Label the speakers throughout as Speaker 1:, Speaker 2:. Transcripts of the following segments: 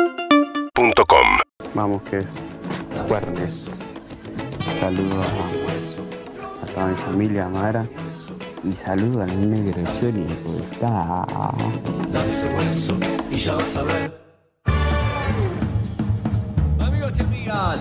Speaker 1: UrbanaPlayFM.com
Speaker 2: Vamos que es fuertes. Saludo a, a toda mi familia, a Mara. Y saludo al negro Johnny porque está.
Speaker 3: Amigos y amigas,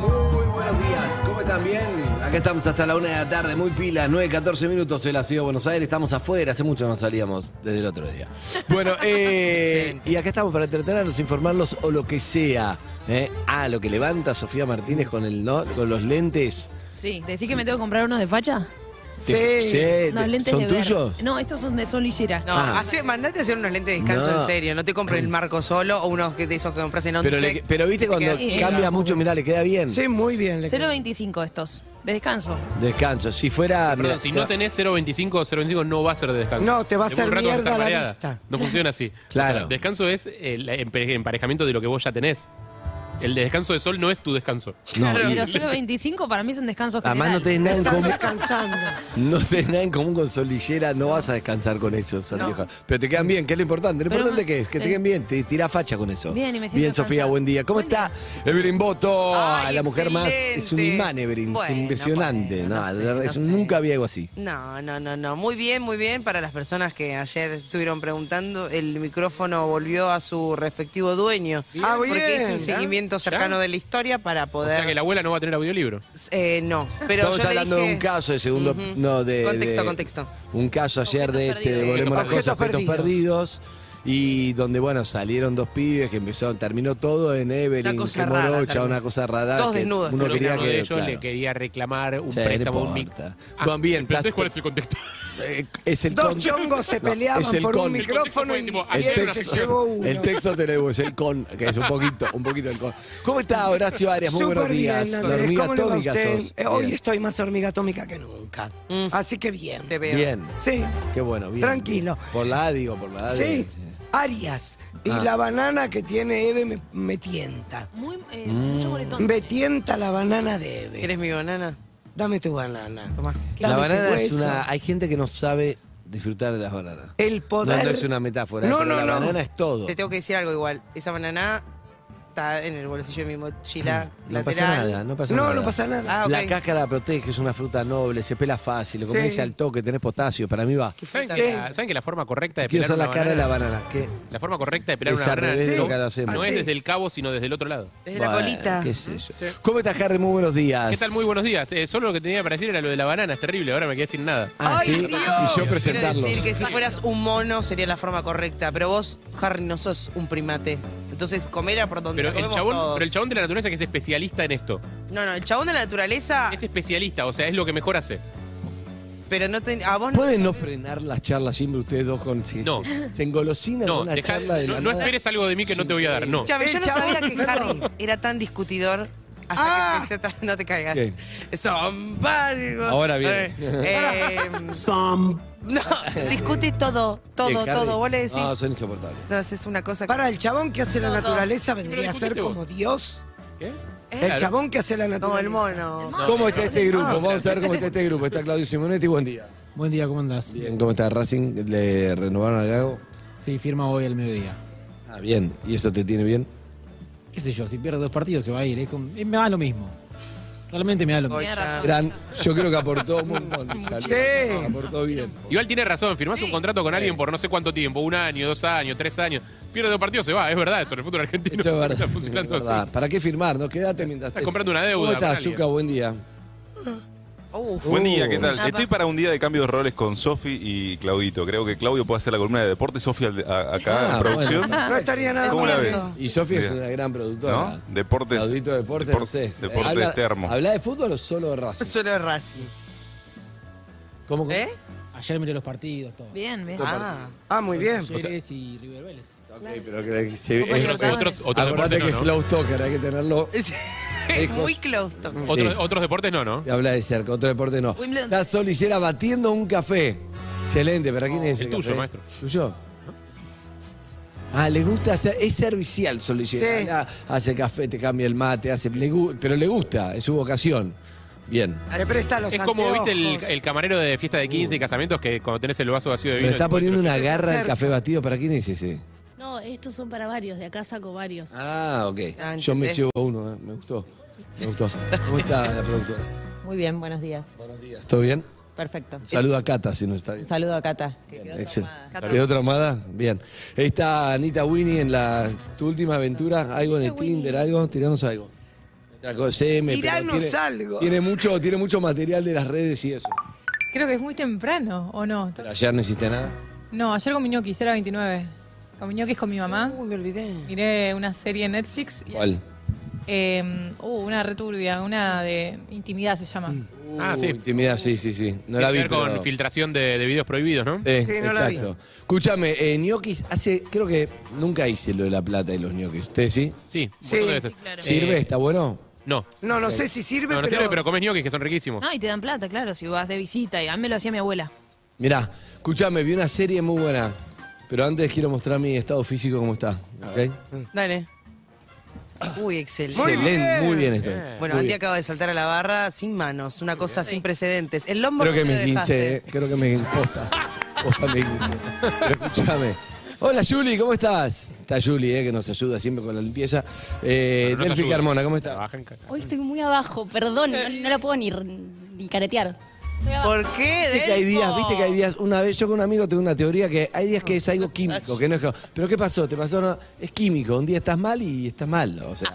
Speaker 3: muy buenos días. ¿Cómo están bien? Acá estamos hasta la una de la tarde, muy pilas, 9, 14 minutos en la ciudad de Buenos Aires. Estamos afuera, hace mucho no salíamos desde el otro día. Bueno, eh, y acá estamos para entretenerlos, informarlos o lo que sea. ¿eh? Ah, lo que levanta Sofía Martínez con, el, no- con los lentes.
Speaker 4: Sí, decís que me tengo que comprar unos de facha.
Speaker 3: Te- sí,
Speaker 4: Unos
Speaker 3: te-
Speaker 4: lentes
Speaker 3: ¿Son
Speaker 4: de ver.
Speaker 3: tuyos?
Speaker 4: No, estos son de Sol y Gira.
Speaker 5: No,
Speaker 3: Ah.
Speaker 5: hace- mandate a hacer unos lentes de descanso
Speaker 3: No.
Speaker 5: en serio. No te compres el marco solo o unos que- de esos que compras en once.
Speaker 3: Pero, le- pero viste
Speaker 5: que te
Speaker 3: cuando
Speaker 5: quedas ciego.
Speaker 3: cambia mucho,
Speaker 4: pues.
Speaker 3: mirá, le queda bien.
Speaker 6: Sí, muy bien. le-
Speaker 4: 0.25 estos, de descanso.
Speaker 3: Descanso. Si fuera.
Speaker 7: Perdón,
Speaker 3: mirá,
Speaker 7: si no tenés 0.25 0.25 no va a ser de descanso.
Speaker 6: No, te va a
Speaker 7: Después
Speaker 6: hacer
Speaker 7: un rato vas a estar
Speaker 6: mierda la
Speaker 7: mareada.
Speaker 6: vista.
Speaker 7: No funciona así.
Speaker 3: Claro.
Speaker 7: O sea, descanso es el empe- emparejamiento de lo que vos ya tenés. El de descanso de sol no es tu descanso.
Speaker 3: No, y-
Speaker 4: Pero 0.25 para mí es un descanso general.
Speaker 3: Además no tenés nada en
Speaker 6: Estás
Speaker 3: común.
Speaker 6: descansando.
Speaker 3: No tenés nada en común con Solillera, no vas a descansar con ellos, Santiago. Pero te quedan bien, que es lo importante. Lo
Speaker 4: Pero
Speaker 3: importante
Speaker 4: no-
Speaker 3: que es, que te
Speaker 4: sí.
Speaker 3: queden bien, te tirás facha con eso.
Speaker 4: Bien, y me siento
Speaker 3: Bien, Sofía,
Speaker 4: descansada.
Speaker 3: buen día. ¿Cómo
Speaker 4: Buen
Speaker 3: está? Evelyn Boto,
Speaker 5: Ay,
Speaker 3: la mujer más. Es un
Speaker 5: excelente.
Speaker 3: imán, Evelyn.
Speaker 5: Bueno,
Speaker 3: es impresionante.
Speaker 5: bueno,
Speaker 3: No,
Speaker 5: no sé,
Speaker 3: la verdad,
Speaker 5: no
Speaker 3: es-
Speaker 5: sé.
Speaker 3: Nunca había algo así.
Speaker 5: No, no, no, no. Muy bien, muy bien. Para las personas que ayer estuvieron preguntando, el micrófono volvió a su respectivo dueño.
Speaker 6: Ah,
Speaker 5: porque
Speaker 6: bien.
Speaker 5: hice un seguimiento cercano de la historia para
Speaker 7: O sea
Speaker 5: poder.
Speaker 7: que la abuela no va a tener audiolibro.
Speaker 5: Eh, no, pero
Speaker 3: Estamos
Speaker 5: yo le
Speaker 3: hablando de
Speaker 5: dije-
Speaker 3: un caso de segundo.
Speaker 5: Ujú.
Speaker 3: No, de.
Speaker 5: Contexto,
Speaker 3: de-
Speaker 5: contexto.
Speaker 3: Un caso ayer de
Speaker 4: Objetos
Speaker 3: Te devolvemos la
Speaker 6: perdidos.
Speaker 3: cosa, objetos
Speaker 6: Objetos
Speaker 3: perdidos. Y donde, bueno, salieron dos pibes que empezaron, terminó todo en Evelyn,
Speaker 5: Una cosa
Speaker 3: que
Speaker 5: rara
Speaker 3: morocha,
Speaker 5: terminó.
Speaker 3: una cosa rara.
Speaker 5: Todos
Speaker 3: que
Speaker 5: desnudos
Speaker 3: Uno
Speaker 7: Solo que
Speaker 3: quería
Speaker 7: uno
Speaker 3: que.
Speaker 7: de ellos le
Speaker 3: claro.
Speaker 7: quería reclamar un
Speaker 3: Sí, no
Speaker 7: préstamo. un mic-
Speaker 3: importa. Tú también,
Speaker 7: ¿pero entonces
Speaker 3: estás-
Speaker 7: ¿Cuál es el contexto?
Speaker 3: Eh, es el
Speaker 6: Dos
Speaker 3: con-
Speaker 6: chongos se
Speaker 3: No,
Speaker 6: peleaban
Speaker 3: es el
Speaker 6: por
Speaker 3: con.
Speaker 6: un micrófono
Speaker 7: El
Speaker 6: y
Speaker 7: contexto fue
Speaker 3: El
Speaker 7: tipo,
Speaker 6: ayer se
Speaker 3: texto,
Speaker 6: llegó uno.
Speaker 3: el texto te lo debo, es el con, que es un poquito, un poquito el con. ¿Cómo está Horacio Arias? Muy buenos
Speaker 6: Súper bien,
Speaker 3: días. La
Speaker 6: Andrés.
Speaker 3: hormiga
Speaker 6: ¿Cómo le va a
Speaker 3: atómica
Speaker 6: usted?
Speaker 3: sos.
Speaker 6: Eh, Hoy
Speaker 3: Bien.
Speaker 6: estoy más hormiga atómica que nunca.
Speaker 5: Mm.
Speaker 6: Así que bien.
Speaker 5: Te veo.
Speaker 3: Bien,
Speaker 6: Sí,
Speaker 3: qué bueno, bien.
Speaker 6: Tranquilo.
Speaker 3: Por la A digo, por la A.
Speaker 6: sí.
Speaker 3: digo.
Speaker 6: Arias. Y
Speaker 3: Ah.
Speaker 6: la banana que tiene Eve me, me tienta.
Speaker 4: Muy, eh, Mucho boletón.
Speaker 3: Mm.
Speaker 6: Me tienta la banana de Eve.
Speaker 5: ¿Quieres mi banana?
Speaker 6: Dame tu banana.
Speaker 5: Tomá.
Speaker 3: La
Speaker 6: Dame ese
Speaker 3: banana es
Speaker 6: hueso.
Speaker 3: una... Hay gente que no sabe disfrutar de las bananas.
Speaker 6: El poder.
Speaker 3: No, no es una metáfora,
Speaker 6: Eh,
Speaker 3: ¿eh?
Speaker 6: No,
Speaker 3: pero
Speaker 6: no,
Speaker 3: la
Speaker 6: no.
Speaker 3: banana es todo.
Speaker 5: Te tengo que decir algo igual. Esa banana está en el bolsillo de mi mochila
Speaker 3: Mm, No pasa
Speaker 5: lateral.
Speaker 3: nada, no pasa nada.
Speaker 6: No, no pasa nada.
Speaker 5: Ah, ok.
Speaker 3: La cáscara la protege, es una fruta noble, se pela fácil, lo
Speaker 6: Sí.
Speaker 3: comés al toque, tenés potasio, para mí va.
Speaker 7: ¿Saben,
Speaker 6: Sí.
Speaker 7: que la, saben que la forma correcta de
Speaker 3: Quiero
Speaker 7: pelar
Speaker 3: hacer
Speaker 7: una
Speaker 3: la cara de la
Speaker 7: banana-
Speaker 3: banana. ¿Qué?
Speaker 7: la forma correcta de pelar
Speaker 3: Es
Speaker 7: una
Speaker 3: al
Speaker 7: banana
Speaker 3: revés de lo que
Speaker 7: no,
Speaker 3: hacemos.
Speaker 7: no
Speaker 6: Así.
Speaker 7: es desde el cabo, sino desde el otro lado.
Speaker 5: Desde la
Speaker 3: Bueno,
Speaker 5: colita.
Speaker 3: qué sé yo. ¿Cómo estás, Harry? Muy buenos días.
Speaker 7: ¿Qué tal? Muy buenos días. Eh, solo lo que tenía para decir era lo de la banana. Es terrible, ahora me quedé sin nada.
Speaker 3: Ah,
Speaker 6: ¡Ay,
Speaker 3: sí.
Speaker 6: Dios!
Speaker 3: Y yo
Speaker 6: Quiero
Speaker 5: Quiero
Speaker 3: presentarlo.
Speaker 5: decir que si fueras un mono sería la forma correcta, pero vos, Harry, no sos un primate. Entonces, comer a por donde
Speaker 7: Pero
Speaker 5: la
Speaker 7: el,
Speaker 5: comemos
Speaker 7: chabón,
Speaker 5: todos.
Speaker 7: pero el chabón de la naturaleza que es especialista en esto.
Speaker 5: No, no, el chabón de la naturaleza,
Speaker 7: Es especialista, o sea, es lo que mejor hace.
Speaker 5: pero no te, a vos no-
Speaker 3: ¿Pueden no frenar las charlas siempre ustedes dos con si-
Speaker 7: No.
Speaker 3: si- Se engolosinan
Speaker 7: No,
Speaker 3: con una
Speaker 7: dejá-
Speaker 3: charla de la
Speaker 7: no, no
Speaker 3: nada?
Speaker 7: esperes algo de mí que no te voy a dar, no.
Speaker 5: Escuchame,
Speaker 6: Eh,
Speaker 5: yo no
Speaker 6: chabón,
Speaker 5: sabía que Harry era tan discutidor hasta
Speaker 6: Ah.
Speaker 5: que empecé a tra- No te caigas.
Speaker 3: ¿Qué?
Speaker 5: Somebody-
Speaker 3: Ahora viene.
Speaker 5: Eh, eh, no, discute todo, todo,
Speaker 3: Bien, Harry. Ah,
Speaker 5: todo. Vos le decís.
Speaker 3: No, son insoportables.
Speaker 5: No, es una cosa que.
Speaker 6: Para el chabón que hace la naturaleza vendría a
Speaker 7: discutiste
Speaker 6: ser
Speaker 7: vos.
Speaker 6: como Dios.
Speaker 7: ¿Qué?
Speaker 6: El chabón que hace la naturaleza.
Speaker 5: Como el mono.
Speaker 7: No,
Speaker 3: ¿Cómo
Speaker 7: no,
Speaker 3: está
Speaker 7: no.
Speaker 3: este grupo? Vamos a ver cómo está este grupo. Está Claudio Simonetti, buen día.
Speaker 8: Buen día, ¿cómo andás?
Speaker 3: Bien, ¿cómo está Racing? ¿Le renovaron al Gago?
Speaker 8: Sí, firma hoy al mediodía.
Speaker 3: Ah, bien. ¿Y eso te tiene bien?
Speaker 8: ¿Qué sé yo? Si pierde dos partidos se va a ir. es como- eh, me da lo mismo. Realmente me da lo mismo.
Speaker 4: Tenía razón.
Speaker 3: Gran. Yo creo que aportó un montón.
Speaker 6: Sí.
Speaker 3: Aportó bien.
Speaker 7: Igual tiene razón, firmás un contrato con alguien por no sé cuánto tiempo, un año, dos años, tres años, pierde dos partidos, se va, es verdad, eso en el fútbol argentino
Speaker 3: Eso es verdad.
Speaker 7: está funcionando
Speaker 3: Es verdad.
Speaker 7: así.
Speaker 3: ¿Para qué firmar? No, quédate mientras...
Speaker 7: Estás comprando una deuda
Speaker 3: ¿Cómo estás,
Speaker 7: con alguien.
Speaker 3: Zucca? Buen día.
Speaker 5: Uf.
Speaker 9: Buen día, ¿qué tal?
Speaker 4: Apa.
Speaker 9: Estoy para un día de cambio de roles con Sofi y Claudito. Creo que Claudio puede hacer la columna de deporte, Sofi al- a- acá
Speaker 3: Ah,
Speaker 9: en producción.
Speaker 3: bueno.
Speaker 6: No estaría nada
Speaker 9: ¿Cómo la
Speaker 6: mal.
Speaker 9: ves?
Speaker 3: Y Sofía es
Speaker 9: Bien.
Speaker 3: una gran productora.
Speaker 9: ¿No? Deportes.
Speaker 3: Claudito deporte,
Speaker 9: Depor-
Speaker 3: no sé.
Speaker 9: Deportes
Speaker 3: Habla-
Speaker 9: termo.
Speaker 3: ¿Habla de fútbol o solo de Racing?
Speaker 5: Solo es Racing.
Speaker 3: ¿Cómo, cómo?
Speaker 5: ¿Eh?
Speaker 8: Ayer miré los partidos, todo.
Speaker 4: Bien, bien.
Speaker 5: Ah.
Speaker 6: Ah, muy bien.
Speaker 8: Talleres y River Vélez.
Speaker 3: Ok, pero que se-
Speaker 4: ¿Cómo
Speaker 3: es-
Speaker 4: lo
Speaker 7: Otros, otros, otros
Speaker 3: Acordate que
Speaker 7: deportes no,
Speaker 3: es
Speaker 7: ¿no?
Speaker 3: Klaus Stoker, hay que tenerlo. Lejos.
Speaker 5: Muy close talk.
Speaker 7: Otros,
Speaker 3: Sí.
Speaker 7: otros deportes no, ¿no?
Speaker 3: y Habla de cerca, otro deporte no.
Speaker 4: Wimbledon.
Speaker 3: Está Solillera batiendo un café. Excelente, ¿para quién es?
Speaker 7: El tuyo,
Speaker 3: café?
Speaker 7: maestro.
Speaker 3: ¿Tuyo? Ah, le gusta hacer, es servicial Solillera.
Speaker 6: Sí.
Speaker 3: Ah, Hace café, te cambia el mate, hace, le gu- pero le gusta, es su vocación. Bien.
Speaker 6: Le presta los
Speaker 7: Es como, viste, el,
Speaker 6: anteojos.
Speaker 7: el camarero de fiesta de 15 y casamientos que cuando tenés el vaso vacío de
Speaker 3: Pero
Speaker 7: vino...
Speaker 3: está poniendo una garra al
Speaker 6: Cerca.
Speaker 3: café batido, ¿para quién es ese?
Speaker 1: No, estos son para varios, de acá saco varios.
Speaker 3: Ah, ok.
Speaker 5: Ah,
Speaker 3: Yo me
Speaker 5: ¿entendés?
Speaker 3: llevo uno, eh, me gustó. Me gustó. ¿Cómo está la productora?
Speaker 10: Muy bien, buenos días.
Speaker 3: Buenos días. ¿Todo bien?
Speaker 10: Perfecto.
Speaker 3: Saluda a Cata si no está bien.
Speaker 10: Un saludo a Cata.
Speaker 3: Excelente. ¿Quedó traumada? Bien. Ahí está Anita Winnie en la, tu última aventura. ¿Algo en el Tinder? ¿Algo? Tiranos algo. Otra cosa, CM, pero
Speaker 6: Tiranos
Speaker 3: tiene-
Speaker 6: algo.
Speaker 3: Tiene mucho, tiene mucho material de las redes y eso.
Speaker 11: Creo que es muy temprano, ¿o no?
Speaker 3: Pero ayer no hiciste nada.
Speaker 11: No, ayer con mi ñoquis, era 29. Con mi ñoquis, con mi mamá.
Speaker 6: Uy, me olvidé.
Speaker 11: Miré una serie en Netflix. y-
Speaker 3: ¿Cuál?
Speaker 11: Eh, uh, una returbia, una de intimidad se llama.
Speaker 7: Ah, sí.
Speaker 3: Uh, Intimidad, sí, sí, sí. No
Speaker 7: Tiene
Speaker 3: la
Speaker 7: que
Speaker 3: vi,
Speaker 7: ver con
Speaker 3: pero-
Speaker 7: filtración de, de videos prohibidos, ¿no?
Speaker 3: Eh,
Speaker 6: Sí, no la vi.
Speaker 3: exacto. Escúchame, eh, ñoquis hace, creo que nunca hice lo de la plata y los ñoquis. ¿Ustedes sí?
Speaker 7: Sí, un
Speaker 6: Sí.
Speaker 7: montón de veces.
Speaker 4: Claro.
Speaker 3: ¿Sirve?
Speaker 7: Eh,
Speaker 3: ¿Está bueno?
Speaker 7: No.
Speaker 6: No, no sé si sirve,
Speaker 7: No, no
Speaker 6: pero...
Speaker 7: sirve, pero comes ñoquis que son riquísimos.
Speaker 4: No, y te dan plata, claro, si vas de visita. Y a mí me lo hacía mi abuela.
Speaker 3: Mirá, escúchame, vi una serie muy buena. Pero antes quiero mostrar mi estado físico como está. ¿ok?
Speaker 5: Dale. Uy, excelente.
Speaker 6: Muy
Speaker 3: Excelente,
Speaker 6: bien.
Speaker 3: muy bien
Speaker 7: Eh.
Speaker 3: estoy.
Speaker 5: Bueno,
Speaker 3: Muy
Speaker 5: Andy
Speaker 3: bien.
Speaker 5: acaba de saltar a la barra sin manos, una cosa sin precedentes. El lombo
Speaker 3: Creo
Speaker 5: no
Speaker 3: que
Speaker 5: me lo
Speaker 3: me
Speaker 5: dejaste.
Speaker 3: guincé, eh. creo que me posta. Posta me guincé. Pero escúchame. Hola Juli, ¿cómo estás? Está Juli, eh, que nos ayuda siempre con la limpieza. Eh,
Speaker 7: Bueno, no te
Speaker 3: Delphi
Speaker 7: ayuda. Ah.
Speaker 3: Carmona, ¿cómo estás?
Speaker 7: Trabaja en casa.
Speaker 1: Hoy estoy muy abajo, perdón, no, no la puedo ni, ni caretear. Estoy abajo.
Speaker 5: ¿Por qué?
Speaker 3: Viste que hay
Speaker 5: Delfo?
Speaker 3: días, viste que hay días. Una vez yo con un amigo tengo una teoría que hay días que es algo químico, que no es. Pero ¿qué pasó? ¿Te pasó? No, es químico. Un día estás mal y estás mal. O sea,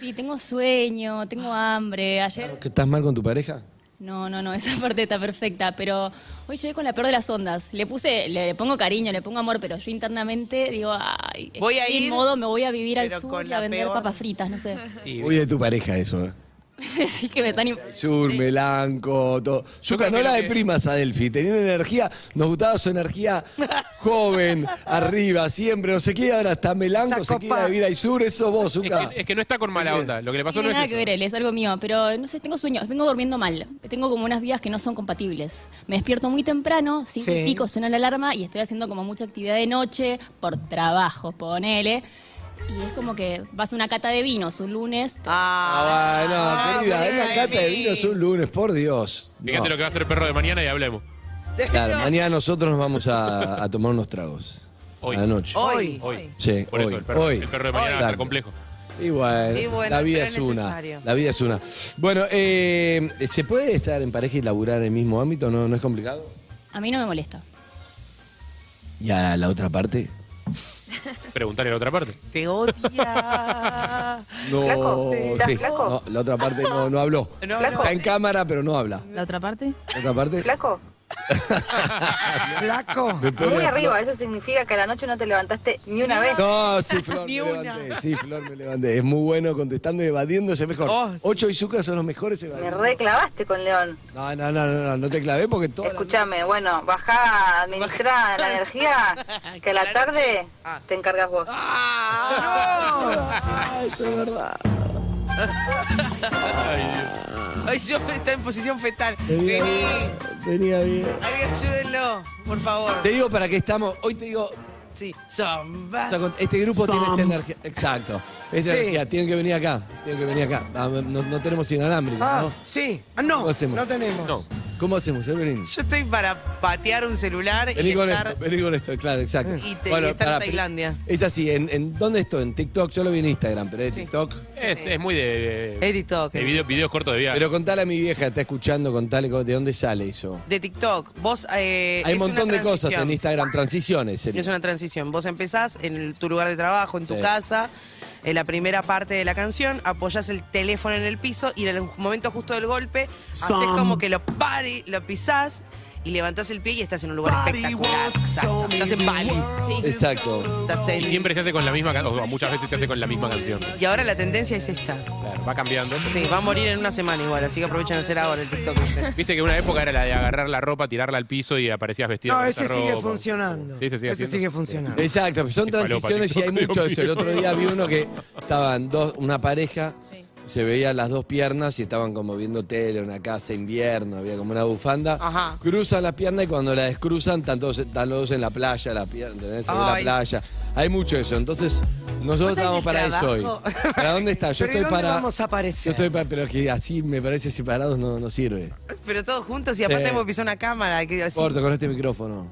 Speaker 1: Sí, tengo sueño, tengo hambre. Ayer.
Speaker 3: ¿que estás mal con tu pareja?
Speaker 1: No, no, no, esa parte está perfecta, pero hoy llegué con la peor de las ondas. Le puse, le, pongo cariño, le pongo amor, pero yo internamente digo, ay,
Speaker 5: Voy a
Speaker 1: estoy en
Speaker 5: ir,
Speaker 1: modo, me voy a vivir al
Speaker 5: pero
Speaker 1: sur
Speaker 5: con
Speaker 1: y a
Speaker 5: la
Speaker 1: vender
Speaker 5: peor.
Speaker 1: papas fritas, no sé.
Speaker 7: Y-
Speaker 3: Uy, de tu pareja eso. eh.
Speaker 1: sí que me están im-
Speaker 3: Sur, Melanco, todo. Yuka,
Speaker 7: creo
Speaker 3: no
Speaker 7: que
Speaker 3: la
Speaker 7: lo que-
Speaker 3: deprimas a Delphi. Tenía una energía, nos gustaba su energía joven, arriba, siempre, no sé qué. Ahora está Melanco,
Speaker 6: Está
Speaker 3: se quiere ir a
Speaker 6: copada.
Speaker 3: vivir a Sur, eso vos,
Speaker 7: Es
Speaker 3: Zuka.
Speaker 7: que, es que no está con mala onda. Lo que le pasó
Speaker 1: No
Speaker 7: no
Speaker 1: tiene
Speaker 7: es
Speaker 1: nada
Speaker 7: eso.
Speaker 1: que ver, él, es algo mío, pero no sé, tengo sueños, vengo durmiendo mal, tengo como unas vidas que no son compatibles. Me despierto muy temprano, cinco
Speaker 6: Sí.
Speaker 1: y pico suena la alarma y estoy haciendo como mucha actividad de noche por trabajo, ponele. Y es como que vas a una cata de vinos un lunes.
Speaker 5: Ah,
Speaker 3: Ah, bueno,
Speaker 5: ah,
Speaker 3: querida,
Speaker 5: sí,
Speaker 3: es la cata de
Speaker 5: mí.
Speaker 3: vino es un lunes, por Dios.
Speaker 7: Fíjate
Speaker 3: No.
Speaker 7: lo que va a hacer el perro de mañana y hablemos.
Speaker 3: Claro, mañana nosotros nos vamos a, a tomar unos tragos.
Speaker 7: Hoy. Oh.
Speaker 3: A la noche.
Speaker 5: Hoy.
Speaker 7: Hoy.
Speaker 3: Sí,
Speaker 7: Por eso
Speaker 3: hoy,
Speaker 7: el perro,
Speaker 3: hoy.
Speaker 7: el perro de mañana va a
Speaker 3: Exacto.
Speaker 7: estar complejo.
Speaker 3: Y bueno,
Speaker 5: Y bueno,
Speaker 3: la vida
Speaker 5: pero
Speaker 3: es
Speaker 5: es
Speaker 3: una.
Speaker 5: necesario.
Speaker 3: La vida es una. Bueno, eh, ¿se puede estar en pareja y laburar en el mismo ámbito? ¿No, no es complicado?
Speaker 1: A mí no me molesta.
Speaker 3: ¿Y a la otra parte?
Speaker 7: Preguntarle a la otra parte.
Speaker 5: Te odia.
Speaker 3: No, sí. No, la otra parte no, no habló.
Speaker 5: No,
Speaker 3: Está en cámara, pero no habla.
Speaker 4: ¿La otra parte?
Speaker 3: ¿La otra parte?
Speaker 10: Flaco,
Speaker 6: Flaco.
Speaker 3: Me pone
Speaker 10: muy
Speaker 3: a
Speaker 10: arriba, eso significa que a la noche no te levantaste ni una vez.
Speaker 3: No, sí, Flor,
Speaker 5: Ni
Speaker 3: me
Speaker 5: una.
Speaker 3: levanté. Sí, Flor, me levanté. Es muy bueno contestando y evadiéndose mejor.
Speaker 5: Oh, sí.
Speaker 3: Ocho y Zucca son los mejores
Speaker 10: Me
Speaker 3: evadiendo.
Speaker 10: reclavaste con León.
Speaker 3: No, no, no, no, no, no te clavé porque toda la-
Speaker 10: Escúchame, bueno, bajá, administrá la energía, que a la tarde te encargas vos.
Speaker 3: Ah, eso es verdad.
Speaker 5: Ay, yo está en posición fetal.
Speaker 3: Venía
Speaker 5: Vení,
Speaker 3: bien, venía bien.
Speaker 5: alguien ayúdenlo, por favor.
Speaker 3: Te digo para qué estamos. Hoy te digo,
Speaker 5: Sí.
Speaker 3: O
Speaker 5: Zamba.
Speaker 3: sea, con- este grupo tiene
Speaker 6: Sam.
Speaker 3: esta energía. Exacto. Esta
Speaker 6: Sí.
Speaker 3: energía. Tienen que venir acá. Tienen que venir acá. Ah, No, no tenemos inalámbrico,
Speaker 6: Ah,
Speaker 3: ¿no?
Speaker 6: sí. Ah,
Speaker 3: ¿Cómo
Speaker 6: no,
Speaker 3: hacemos?
Speaker 6: no tenemos.
Speaker 7: No.
Speaker 3: ¿Cómo hacemos, Evelyn?
Speaker 5: Yo estoy para patear un celular y
Speaker 3: Vení con
Speaker 5: estar
Speaker 3: esto, vení con esto, claro, exacto.
Speaker 5: Y te- y estar en
Speaker 3: pri-
Speaker 5: Tailandia.
Speaker 3: Es así, en, en- ¿dónde estoy? En TikTok, yo lo vi en Instagram, pero es TikTok.
Speaker 7: Es, es muy de.
Speaker 5: de TikTok.
Speaker 7: de video- videos cortos de viaje.
Speaker 3: Pero contale a mi vieja, está escuchando, contale co- de dónde sale eso.
Speaker 5: De TikTok. Vos eh,
Speaker 3: Hay
Speaker 5: es
Speaker 3: un montón
Speaker 5: una
Speaker 3: de cosas
Speaker 5: transición.
Speaker 3: en Instagram, transiciones. sería.
Speaker 5: Es una transición. Vos empezás en el- tu lugar de trabajo, en tu
Speaker 3: Sí.
Speaker 5: casa, en la primera parte de la canción, apoyás el teléfono en el piso y en el momento justo del golpe, haces
Speaker 6: Sam.
Speaker 5: como que lo pari, lo pisás y levantás el pie y estás en un lugar espectacular. Exacto. Estás en Bali.
Speaker 3: Exacto.
Speaker 5: Estás en-
Speaker 7: Y siempre se hace con la misma canción. O muchas veces se hace con la misma canción.
Speaker 5: Y ahora la tendencia es esta.
Speaker 7: Claro, va cambiando.
Speaker 5: Sí, va a morir en una semana igual, así que aprovechen de hacer ahora el TikTok. ese.
Speaker 7: Viste que una época era la de agarrar la ropa, tirarla al piso y aparecías vestido.
Speaker 6: No,
Speaker 7: con esa
Speaker 6: ese sigue
Speaker 7: ropa.
Speaker 6: funcionando.
Speaker 7: Sí, ese sigue haciendo.
Speaker 6: sigue funcionando.
Speaker 3: Exacto, pues son
Speaker 7: Es falopa,
Speaker 3: transiciones y hay
Speaker 7: TikTok, Dios
Speaker 3: mucho de eso. El
Speaker 7: mío.
Speaker 3: otro día vi uno que estaban dos, una pareja, se veían las dos piernas y estaban como viendo tele, una casa, invierno, había como una bufanda.
Speaker 5: Ajá.
Speaker 3: Cruzan las piernas y cuando las descruzan están, todos, están los dos en la playa, la pierna, ¿entendés? Se ve la
Speaker 5: Ay.
Speaker 3: playa. Hay mucho de eso. Entonces, nosotros
Speaker 5: ¿Vos
Speaker 3: estamos
Speaker 5: sabés
Speaker 3: para
Speaker 5: el
Speaker 3: eso
Speaker 5: trabajo?
Speaker 3: hoy. ¿Para dónde está? Yo
Speaker 6: Pero ¿y
Speaker 3: estoy
Speaker 6: dónde
Speaker 3: para.
Speaker 6: vamos a aparecer?
Speaker 3: Yo estoy para. Pero que así me parece separados no, no sirve.
Speaker 5: Pero todos juntos y aparte
Speaker 3: Sí.
Speaker 5: hemos pisado una cámara. Que, así-
Speaker 3: Corto con este micrófono.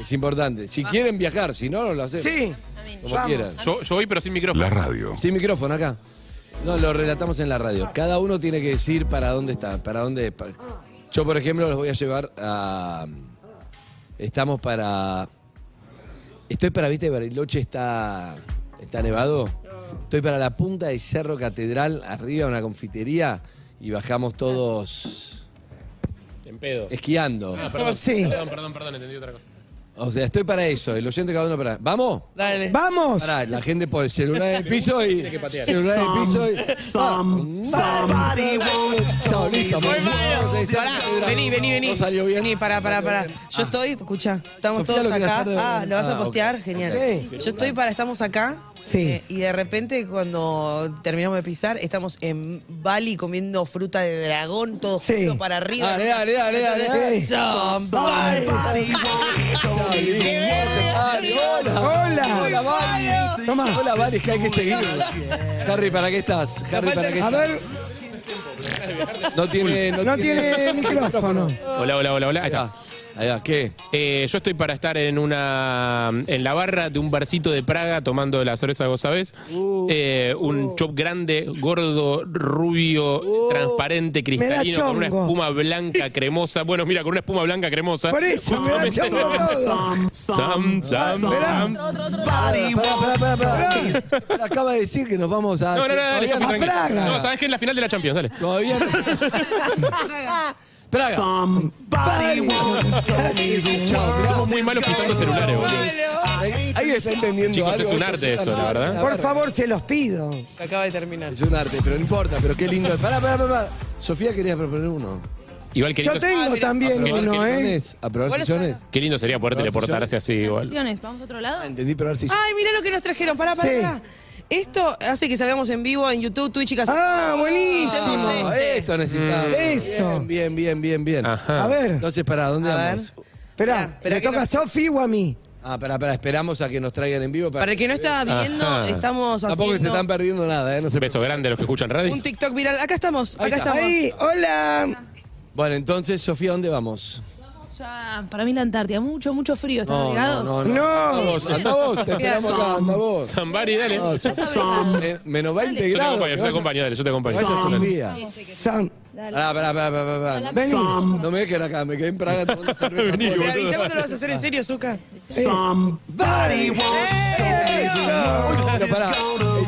Speaker 3: Es importante.
Speaker 5: Ah.
Speaker 3: Si quieren viajar, si no, no lo hacemos.
Speaker 6: Sí.
Speaker 3: Como
Speaker 6: Vamos.
Speaker 3: quieran.
Speaker 7: Yo, yo voy, pero sin micrófono.
Speaker 9: La radio.
Speaker 3: Sin micrófono acá. No, lo relatamos en la radio. Cada uno tiene que decir para dónde está, para dónde. pa- Yo, por ejemplo, los voy a llevar a. Estamos para. Estoy para, viste, Bariloche está. está nevado. Estoy para la punta del Cerro Catedral, arriba una confitería, y bajamos todos
Speaker 7: En pedo.
Speaker 3: esquiando.
Speaker 7: Ah, perdón.
Speaker 6: Sí.
Speaker 7: Perdón, perdón, perdón, entendí otra cosa.
Speaker 3: O sea, estoy para eso, el oyente cada uno para. ¿Vamos?
Speaker 5: Dale.
Speaker 6: ¡Vamos!
Speaker 3: Pará, la gente por el celular en el piso y.
Speaker 7: Tiene que patear.
Speaker 3: Celular en el piso y.
Speaker 6: Some,
Speaker 5: somebody wants
Speaker 3: Chao, listo.
Speaker 5: Muy malo.
Speaker 3: Vamos a decir,
Speaker 5: Pues Pará,
Speaker 3: Pedro,
Speaker 5: vení, vení, vení.
Speaker 3: No salió bien.
Speaker 5: Vení, pará, pará, pará. Yo estoy, escucha, estamos
Speaker 3: Sofía
Speaker 5: todos
Speaker 3: lo quiere
Speaker 5: acá.
Speaker 3: hacer de-
Speaker 5: Ah, ¿lo vas
Speaker 3: Ah,
Speaker 5: a
Speaker 3: ok.
Speaker 5: postear? Genial.
Speaker 6: Sí.
Speaker 5: Yo estoy para, estamos acá.
Speaker 6: Sí.
Speaker 5: eh, y de repente, cuando terminamos de pisar, estamos en Bali comiendo fruta de dragón, todo
Speaker 6: Sí.
Speaker 5: junto para arriba.
Speaker 3: Dale, dale, dale, dale, dale.
Speaker 5: Somebody wants to
Speaker 3: Chao,
Speaker 5: be
Speaker 3: lindo. Vale,
Speaker 5: together.
Speaker 3: hola.
Speaker 6: Hola.
Speaker 3: Hola, Vale. Toma. Hola, Vale, que hay que seguir. Harry, ¿para qué estás? Harry, ¿para qué
Speaker 6: A
Speaker 3: estás?
Speaker 6: ver,
Speaker 3: No tiene.
Speaker 6: no tiene micrófono.
Speaker 7: Hola, hola, hola, hola. Ahí
Speaker 3: Ahí
Speaker 7: está.
Speaker 3: va, ahí va, ¿qué?
Speaker 7: Eh, yo estoy para estar en una en la barra de un barcito de Praga tomando la cerveza, vos sabés.
Speaker 6: Uh.
Speaker 7: Eh, un chop grande, gordo, rubio, transparente, cristalino, con una
Speaker 6: Uh. chongo.
Speaker 7: espuma blanca cremosa. Bueno, mira, con una espuma blanca cremosa.
Speaker 6: Por eso, me da chongo todo.
Speaker 7: Sam, sam,
Speaker 6: Verá.
Speaker 7: sam.
Speaker 3: Pará, pará, pará, pará. Pará, Acaba de decir que nos vamos a.
Speaker 7: No, no, no, dale,
Speaker 3: Todavía
Speaker 7: ya está,
Speaker 6: A
Speaker 7: tranquilo.
Speaker 6: Praga.
Speaker 7: No, sabés que es la final de la Champions, dale.
Speaker 3: Todavía no. Praga.
Speaker 7: Somos muy malos pisando celulares, boludo.
Speaker 3: Ahí ahí está entendiendo
Speaker 7: Chicos,
Speaker 3: algo.
Speaker 7: es un arte
Speaker 3: una-
Speaker 7: esto, la verdad.
Speaker 3: una
Speaker 6: Por
Speaker 3: verga.
Speaker 6: favor, se los pido.
Speaker 5: Acaba de terminar.
Speaker 3: Es un arte, pero no importa, pero qué lindo. Pará, pará, pará, pará. Sofía quería proponer uno.
Speaker 7: Igual qué
Speaker 6: Yo
Speaker 7: lindo,
Speaker 5: Ah,
Speaker 6: tengo también
Speaker 7: porque
Speaker 6: uno,
Speaker 7: no
Speaker 6: ¿eh?
Speaker 3: ¿Sillones? ¿A probar
Speaker 5: ¿Cuáles
Speaker 3: sillones?
Speaker 7: qué lindo sería poder teleportarse así igual.
Speaker 4: Opciones, ¿Vamos a otro lado?
Speaker 3: Entendí probar sillones.
Speaker 5: Ay, mirá lo que nos trajeron. Pará, pará,
Speaker 6: Sí.
Speaker 5: pará. Esto hace que salgamos en vivo en YouTube, Twitch y Casas.
Speaker 6: Ah, buenísimo.
Speaker 5: Hacemos
Speaker 3: No,
Speaker 5: este.
Speaker 3: esto necesitamos.
Speaker 6: Eso.
Speaker 3: Bien, bien, bien, bien.
Speaker 7: Mm. Ajá.
Speaker 6: A ver,
Speaker 3: Entonces, pará, ¿dónde
Speaker 5: A
Speaker 3: vamos?
Speaker 5: ver.
Speaker 6: espera,
Speaker 5: Esperá
Speaker 6: ¿le
Speaker 5: Ah, que
Speaker 6: toca
Speaker 5: no-
Speaker 6: a Sofi o a mí?
Speaker 3: Ah, pará, pará, esperamos a que nos traigan en vivo.
Speaker 5: Para el que no estaba viendo,
Speaker 7: Ajá.
Speaker 5: estamos
Speaker 3: Tampoco que se están
Speaker 5: haciendo
Speaker 3: perdiendo nada, ¿eh? No se-
Speaker 7: Un beso grande a los que escuchan radio.
Speaker 5: un TikTok viral. Acá estamos, acá estamos.
Speaker 6: Ahí, hola.
Speaker 3: Bueno, entonces, Sofía, ¿dónde vamos?
Speaker 4: Ya, para mí la Antártida, mucho, mucho frío. ¿Están
Speaker 3: No,
Speaker 4: abrigados?
Speaker 3: no, no.
Speaker 6: No.
Speaker 3: Anda vos, anda vos, te esperamos acá, anda vos.
Speaker 7: Zambari, dale.
Speaker 3: No,
Speaker 7: Yo
Speaker 3: se- Men- menos 20
Speaker 7: te
Speaker 3: grados.
Speaker 7: acompaño, yo te acompaño, dale, yo te acompaño.
Speaker 3: Vaya, Sofía.
Speaker 6: Sam.
Speaker 3: Pará, pará, pará, pará, pará. No-
Speaker 6: Vení.
Speaker 3: No me dejen acá, me quedé en Praga tomando cerveza.
Speaker 7: Vení,
Speaker 3: sola.
Speaker 5: Pero avisá cuando lo vas a hacer en serio, Zuka.
Speaker 6: Somebody
Speaker 3: Claro, pará. El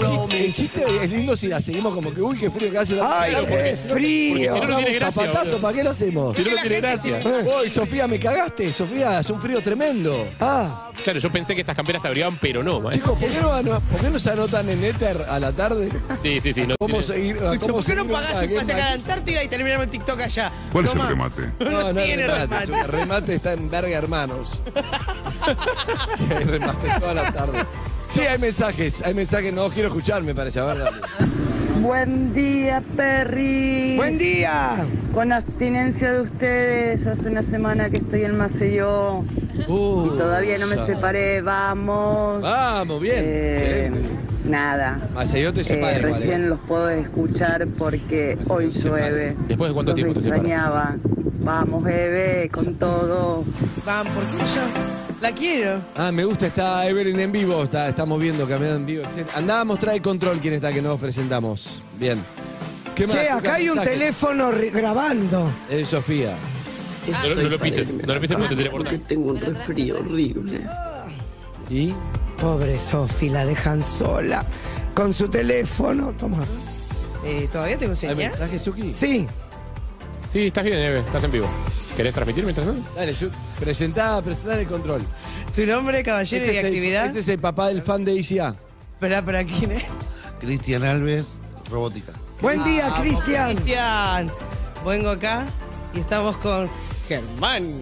Speaker 3: chiste, el chiste es lindo si la seguimos como que, uy, qué frío que hace. la
Speaker 6: ¡Ay, qué frío!
Speaker 7: si no, no tiene gracia,
Speaker 3: zapatazo,
Speaker 7: boludo.
Speaker 3: ¿para qué lo hacemos?
Speaker 7: Si no, no tiene gracia.
Speaker 3: Uy, Sofía, me cagaste. Sofía, hace un frío tremendo.
Speaker 6: Ah,
Speaker 7: Claro, yo pensé que estas camperas se abrigaban, pero no, man.
Speaker 3: Chicos, ¿por qué, no, ano- por qué no se anotan en Ether a la tarde?
Speaker 7: Sí, sí, sí. No
Speaker 3: ¿Cómo
Speaker 7: tiene-
Speaker 3: seguir? a
Speaker 5: Escucha,
Speaker 3: cómo
Speaker 5: ¿Por qué no
Speaker 3: seguir
Speaker 5: pagás
Speaker 3: una
Speaker 5: un pase
Speaker 3: game
Speaker 5: acá a la Antártida y terminamos el TikTok allá?
Speaker 9: ¿Cuál es el
Speaker 5: Tomá.
Speaker 9: remate?
Speaker 5: No,
Speaker 3: No, no,
Speaker 5: tiene
Speaker 3: remate.
Speaker 5: remate.
Speaker 3: El remate está en verga, hermanos. Hay remate toda la tarde. Sí, hay mensajes, hay mensajes, no quiero escuchar, me parece, a ver, dale.
Speaker 12: Buen día, Perry.
Speaker 6: ¡Buen día!
Speaker 12: Con abstinencia de ustedes, hace una semana que estoy en Maceió
Speaker 3: Uh,
Speaker 12: y todavía no me
Speaker 3: ya.
Speaker 12: separé, vamos.
Speaker 3: Vamos, bien,
Speaker 12: Eh,
Speaker 3: excelente.
Speaker 12: nada.
Speaker 3: Maceió te
Speaker 12: Eh,
Speaker 3: separa igual,
Speaker 12: recién
Speaker 3: eh.
Speaker 12: los puedo escuchar porque
Speaker 3: Maceió
Speaker 12: hoy
Speaker 3: te separa.
Speaker 12: llueve.
Speaker 7: ¿Después de cuánto
Speaker 12: Los
Speaker 7: tiempo te separa?
Speaker 12: extrañaba. Vamos, bebé, con todo.
Speaker 5: Van, porque yo la quiero.
Speaker 3: Ah, me gusta, está Evelyn en vivo, está, estamos viendo, caminando en vivo, etc. Andá a mostrar el control quién está que nos presentamos. Bien. ¿Qué más?
Speaker 6: Che, acá hay un
Speaker 3: Mensajes.
Speaker 6: teléfono re- grabando.
Speaker 3: Eh, Sofía.
Speaker 7: No, no lo pises, no lo pises porque te teleportás.
Speaker 12: Tengo un resfrío horrible.
Speaker 3: ¿Y?
Speaker 6: Pobre Sofi, la dejan sola. Con su teléfono. Toma.
Speaker 5: Eh, ¿Todavía tengo
Speaker 3: ¿Hay
Speaker 5: señal?
Speaker 3: mensajes, Suki?
Speaker 6: Sí.
Speaker 7: Sí, estás bien, Eve, estás en vivo. ¿Querés transmitir mientras tanto?
Speaker 3: Dale, Suki. Presentá, presentá el control.
Speaker 5: ¿Tu nombre, caballero
Speaker 3: Este
Speaker 5: y
Speaker 3: es el-
Speaker 5: actividad?
Speaker 3: Este es el papá del fan de ICA.
Speaker 5: Esperá, ¿para quién es?
Speaker 13: Cristian Alves, robótica.
Speaker 7: Ah,
Speaker 6: Buen día,
Speaker 5: Vamos,
Speaker 6: Cristian.
Speaker 5: Ah, Cristian. Vengo acá y estamos con Germán.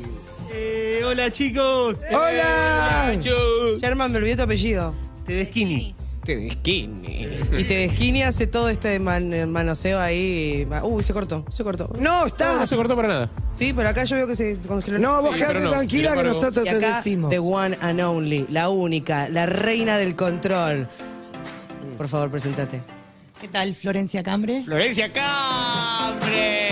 Speaker 13: hola chicos,
Speaker 6: ¡Hola!
Speaker 5: Germán, me olvidé tu apellido.
Speaker 13: Tedeschini.
Speaker 5: Y Tedeschini hace todo este man- manoseo ahí. Ah, Uy, se cortó, se cortó.
Speaker 6: No,
Speaker 7: No, no
Speaker 6: estás.
Speaker 7: se cortó para nada.
Speaker 5: Sí, pero acá yo veo que se congeló.
Speaker 6: No, vos
Speaker 7: Sí,
Speaker 6: quedate
Speaker 7: pero no.
Speaker 6: tranquila
Speaker 7: Sin
Speaker 6: que
Speaker 7: embargo-
Speaker 6: nosotros
Speaker 5: y
Speaker 6: te
Speaker 5: acá,
Speaker 6: decimos.
Speaker 5: The One and Only, la única, la reina del control. Por favor, presentate.
Speaker 12: ¿Qué tal, Florencia Cambre?
Speaker 13: Florencia Cambre.